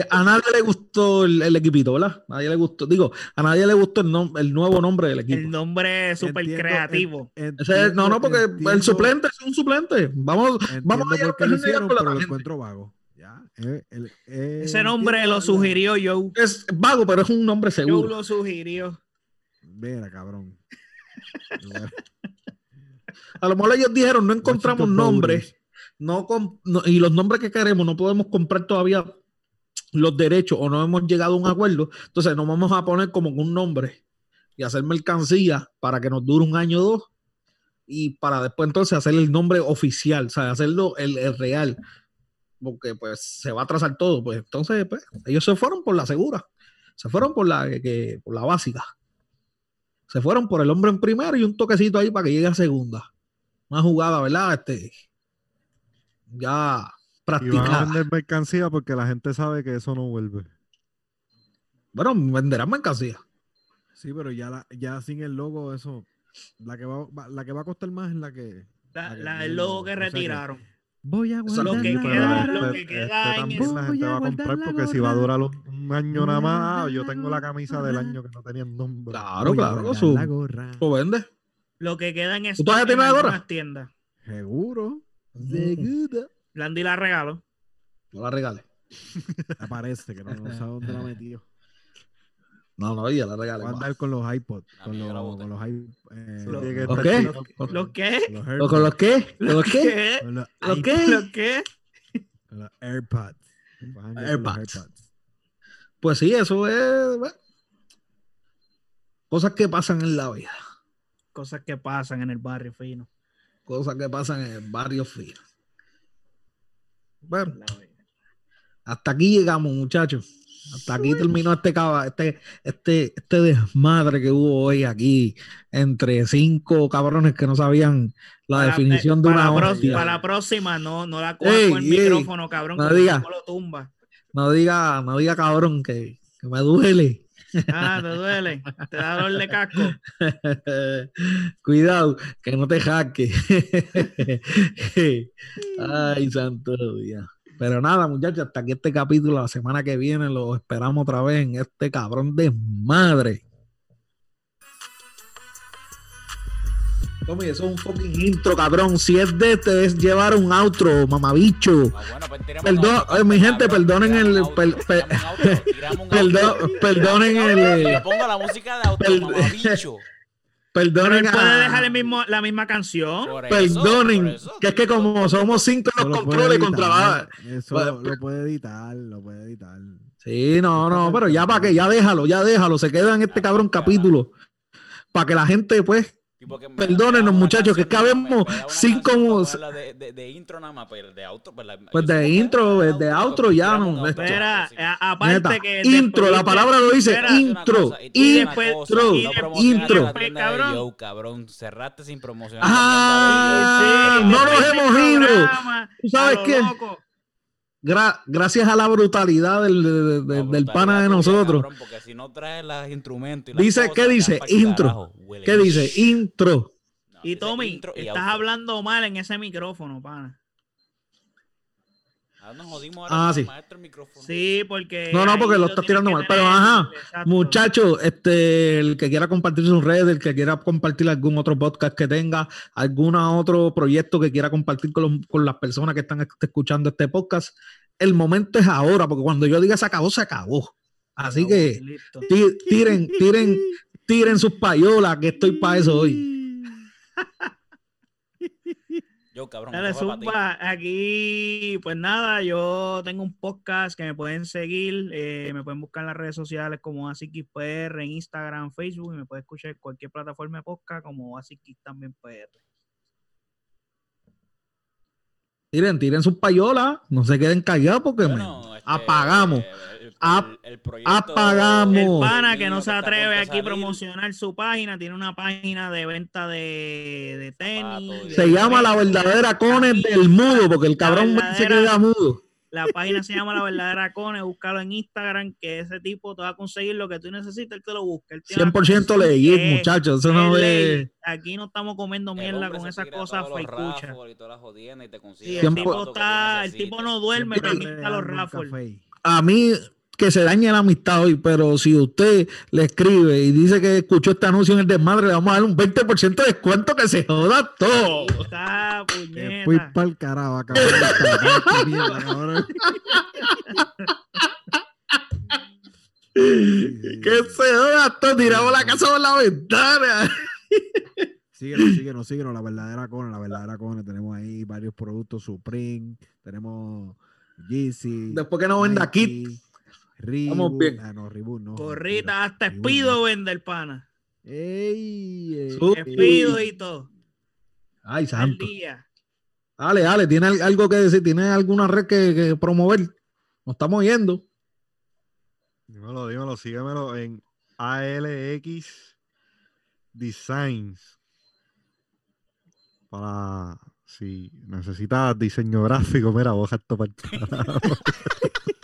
eh, a nadie le gustó el, el equipito, ¿verdad? A nadie le gustó, digo, a nadie le gustó el, nom- el nuevo nombre del El equipo. nombre es súper Entiendo, creativo. en- Ese es- no, no, porque el entiendo- suplente es un suplente. Vamos, vamos Entiendo a ir por qué lo hicieron, con la pero lo gente. encuentro vago. Ya, eh, el- eh, Ese nombre entiendo lo la- sugirió Joe. Es vago, pero es un nombre Joe seguro. lo sugirió. Mira, cabrón. A lo mejor ellos dijeron, no encontramos Washington nombres, no, com- no- y los nombres que queremos no podemos comprar todavía los derechos o no hemos llegado a un acuerdo. Entonces nos vamos a poner como un nombre y hacer mercancía para que nos dure un año o dos y para después entonces hacer el nombre oficial, o sea, hacerlo el, el real, porque pues se va a trazar todo. Pues entonces pues, ellos se fueron por la segura, se fueron por la, que- que, por la básica. Se fueron por el hombre en primero y un toquecito ahí para que llegue a segunda una jugada, ¿verdad? Este, Y ya van a practicada. vender mercancía porque la gente sabe que eso no vuelve. Bueno, venderán mercancía. Sí, pero ya, la- ya sin el logo, eso. La que, va, va- la que va a costar más es la que. La, Ok, la- no, el logo que o sea que- retiraron. Voy a Eso es lo guardar que la Sí, gorra. queda- lo este- que este queda en también la eso. gente va a Voy a comprar guardar la porque si va a gorra. durar un año Voy a nada más, ah, guardar yo la tengo la camisa del gorra. año que no tenía nombre. Claro, Voy a claro. guardar Eso, la gorra. eso vende. Lo que queda en todavía stock en tienes la gorra? algunas tiendas. Seguro. Mm, Seguro. Landy la regaló. No la regales. Aparece que no, no sabe dónde la ha metido. No, no, ya Va la a regales. va. andar con los iPods. Ah, Con yo la los, boté. con los iPods. Eh, Eso tiene que ¿Los estar qué? chido. ¿Lo qué? Los ¿Lo- ¿Con los qué? ¿Con los qué? ¿Qué? Con los ¿Lo iPods, qué? ¿Lo qué? con los AirPods. Van a andar con los AirPods. Pues sí, eso es. bueno, Cosas que pasan en la vida. Cosas que pasan en el barrio fino. Cosas que pasan en el barrio fino. Bueno, La vida. hasta aquí llegamos, muchachos. Hasta aquí terminó este, caba- este, este, este desmadre que hubo hoy aquí entre cinco cabrones que no sabían la Para- definición eh, de una para la pro- hostia. Para la próxima, no, no la cojas Ey, con el ey, micrófono, cabrón. no que diga. no lo tumba. No diga, no diga cabrón que, que me duele. Ah, te duele. Te da dolor de casco. Cuidado, que no te jaque. Ay, santo Dios. Pero nada, muchachos, hasta aquí este capítulo. La semana que viene los esperamos otra vez en este cabrón desmadre. Tommy, eso es un fucking intro, cabrón. Si es de este, es llevar un outro, mamabicho. Ah, bueno, pues tiramos Perdón, un outro, eh, mi gente, cabrón, perdonen tiramos el- un outro, per- per- tiramos un outro, tiramos un outro. Perdón, perdonen el. eh, Le pongo la música de auto, Perdón. mamabicho. Pero él Perdonen, puede a- dejar el mismo, la misma canción. Por eso, perdonen, por eso que es que digo. como somos cinco en Eso los lo puede controles editar, contra Eso Pues- lo- lo puede editar, lo puede editar. Sí, no, no, pero ya para que, ya déjalo, ya déjalo, se queda en este cabrón capítulo. Para que la gente, pues, Tipo que me- Perdónenos, me da una muchachos, que canción nada más, cabemos me da una cinco canción para mus- ponerla de, de- de intro nada más, pues, de outro, pues, la- Pues, yo de supongo que intro, de pues, de outro, outro ya no, tiramos de esto. outro, Espera, sí. a- aparte neta, que. intro, la palabra lo dice, espera, intro, Y te digo intro. una después- cosa, intro, no promocionaste intro. la tienda de Cabrón. Joe, cabrón, cerraste sin promocionar. Ah, la tienda de Joe. no nos este hemos ido. programa, ¿Tú sabes a lo qué? loco. Gra- gracias a la brutalidad del, de- de- No, del brutalidad pana de tuya, nosotros. cabrón, porque si no traes los instrumentos y las Dice, cosas, ¿qué te vas dice? pa'l carajo, Intro. huele ¿Qué dice? bicho. Intro. No, Y dice Tommy, intro y estás outro. hablando mal en ese micrófono, pana. Ah, nos jodimos Ah, ahora con sí. el maestro el micrófono. Sí, porque. No, no, ahí porque lo tú estás tienes tirando que mal, pero tener- ajá, exacto. Muchachos, este, el que quiera compartir sus redes, el que quiera compartir algún otro podcast que tenga, algún otro proyecto que quiera compartir con, los- con las personas que están est- escuchando este podcast, el momento es ahora, porque cuando yo diga se acabó, se acabó. Así que Listo. ti- tiren, tiren, tiren sus payolas, que estoy para eso hoy. Yo, cabrón, Dale, eso fue pa' ti. Zumba, aquí, pues nada, yo tengo un podcast que me pueden seguir, eh, me pueden buscar en las redes sociales como AsicXPR, en Instagram, Facebook, y me pueden escuchar en cualquier plataforma de podcast como AsicX también PR. Tiren, tiren sus payolas, no se queden callados porque men, Bueno, este, apagamos. eh, el- el- Ap- el proyecto apagamos. El Oh. pana que mío no se está a punto atreve de aquí a salir, promocionar su página, tiene una página de venta de, de Zapatos, tenis. de- se llama la verdadera Cones del mudo, porque el cabrón men se verdadera- queda mudo. La página se llama La Verdadera Cone, búscalo en Instagram, que ese tipo te va a conseguir lo que tú necesitas, él te lo busca. Él tiene una 100% conexión que leí, es- muchachos, eso es no ley. es... Aquí no estamos comiendo el mierda hombre con se esas tira cosas todos los feicuchas. raffles y todas las jodiendas y te Sí, consigue el el Siempre- tipo zapato que tú está, el necesites. tipo no duerme, Siempre le pero Pues quita los dan un raffles. café. a mí que se dañe la amistad hoy, pero si usted le escribe y dice que escuchó este anuncio en el desmadre, le vamos a dar un 20% de descuento que se joda todo. Está, Que Eh, fui puñeta. pa'l carajo, cabrón. Esta mierda, cabrón. Sí, sí, Que sí. se joda todo, tiramos la casa por la ventana. Síguenos, síguenos, síguenos, la verdadera Cone, la verdadera Cone. Tenemos ahí varios productos, Supreme, tenemos Yeezy. Después que no venda kit, Nike, Reebok, Estamos bien. ah, no, Reebok no, mentira. Corrita, hasta Igual, espido ¿no? vende el pana. Ey, eh, ey, Sup- Espido y todo. Ay, Al santo. día. Ale, Ale, ¿tiene al- algo que decir? ¿Tiene alguna red que, que promover? Nos estamos yendo. Dímelo, dímelo, síguemelo en ALX Designs. Para si necesitas diseño gráfico, mira, boja esto para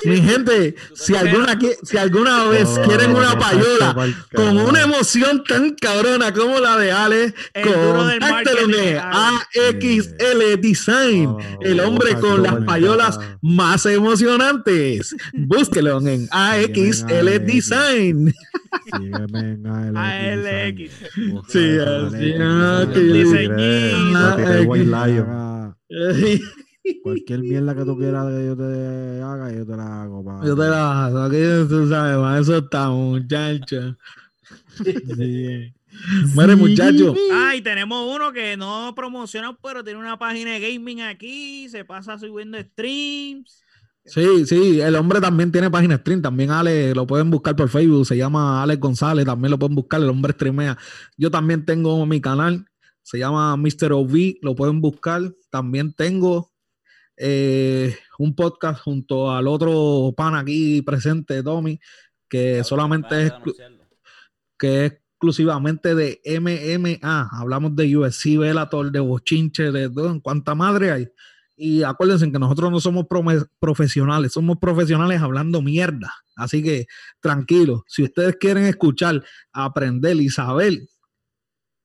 Mi gente, si alguna, qui- si alguna vez Pues Oh, quieren una payola con una emoción tan cabrona como la de Ale, El duro del contáctenos marketing. en ah, AXL Oh. Design, el hombre con las payolas más emocionantes. Búsquelo en AXL Design. Sígueme en ALX. ALX. Sí, así, ah, que yo- Cualquier mierda que tú quieras que yo te haga, yo te la hago. pa. Yo te la paso, aquí tú sabes, para eso está, muchacho. Sí. Mire, muchacho. Ah, y tenemos uno que no promociona, pero tiene una página de gaming aquí, se pasa subiendo streams. Sí, sí, el hombre también tiene página stream, también Ale, lo pueden buscar por Facebook, se llama Alex González, también lo pueden buscar, el hombre streamea. Yo también tengo mi canal, se llama Mr. OV, lo pueden buscar. También tengo eh, un podcast junto al otro pan aquí presente, Tommy, que Cabrón, solamente es, para exclu- anunciarlo. que es exclusivamente de MMA. Hablamos de UFC, Velator, de Bochinche, de todo, en cuánta madre hay. Y acuérdense que nosotros no somos prome- profesionales, somos profesionales hablando mierda. Así que tranquilos, si ustedes quieren escuchar, aprender y saber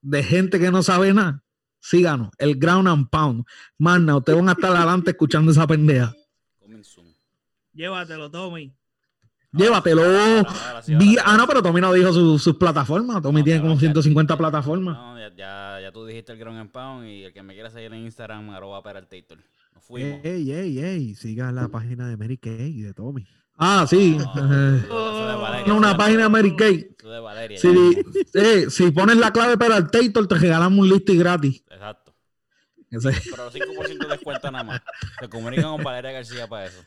de gente que no sabe nada, síganos. El Ground and Pound. Magna, ustedes van a estar adelante escuchando esa pendeja. Coming soon. Llévatelo, Tommy. Llévatelo. Ahora, ahora sí, ahora Di- sí. ah, no, pero Tommy no dijo su- sus plataformas. Tommy No, tiene ya, como ya, 150 ya. plataformas. No, ya, ya, ya tú dijiste el Ground and Pound y el que me quiera seguir en Instagram, arroba Peraltator. Nos fuimos. Ey, ey, ey, sigan la página de Mary Kay y de Tommy. Ah, sí. No, eso de Valeria, Tiene una eso de- página de Mary Kay. eso de Valeria, serie. Si, eh, si pones la clave para el Tator, te regalamos un listing gratis. Exacto. Ese- Pero 5% de descuento nada más. Se comunican con Valeria García para eso.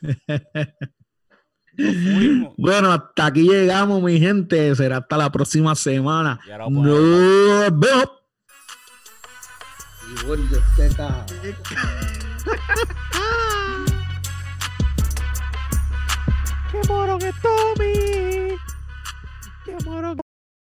Nos fuimos. Bueno, hasta aquí llegamos, mi gente. Será hasta la próxima semana. Y ahora vamos a Nos vemos. Y vuelve este cabrón. ¡Qué moro que Tommy!